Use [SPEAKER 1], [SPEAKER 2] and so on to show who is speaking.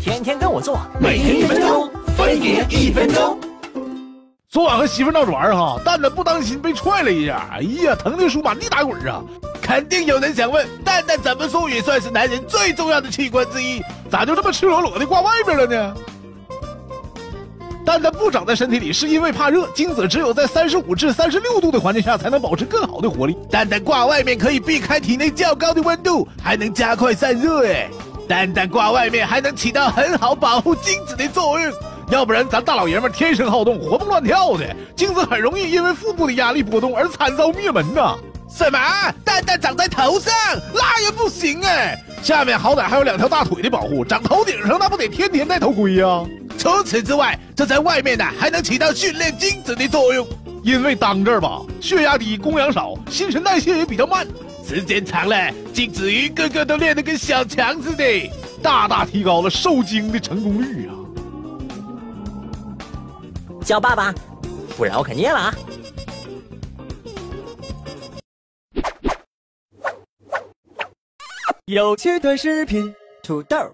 [SPEAKER 1] 天天跟我做，
[SPEAKER 2] 每天一分钟，分别一分钟。
[SPEAKER 3] 昨晚和媳妇闹着玩儿哈，蛋蛋不当心被踹了一下，哎呀，疼的舒马地打滚啊！肯定有人想问，蛋蛋怎么术语算是男人最重要的器官之一？咋就这么赤裸裸的挂外边了呢？蛋蛋不长在身体里，是因为怕热，精子只有在三十五至三十六度的环境下才能保持更好的活力。蛋蛋挂外面可以避开体内较高的温度，还能加快散热。哎，蛋蛋挂外面还能起到很好保护精子的作用。要不然咱大老爷们儿天生好动，活蹦乱跳的，精子很容易因为腹部的压力波动而惨遭灭门呐、什么？蛋蛋长在头上，那也不行哎、下面好歹还有两条大腿的保护，长头顶上那不得天天戴头盔呀、除此之外，这在外面呢还能起到训练精子的作用，因为当这儿吧，血压低，供氧少，新陈代谢也比较慢，时间长了，精子一个个都练得跟小强似的，大大提高了受精的成功率啊。
[SPEAKER 1] 叫爸爸，不然我可捏了啊！
[SPEAKER 4] 有趣短视频，土豆儿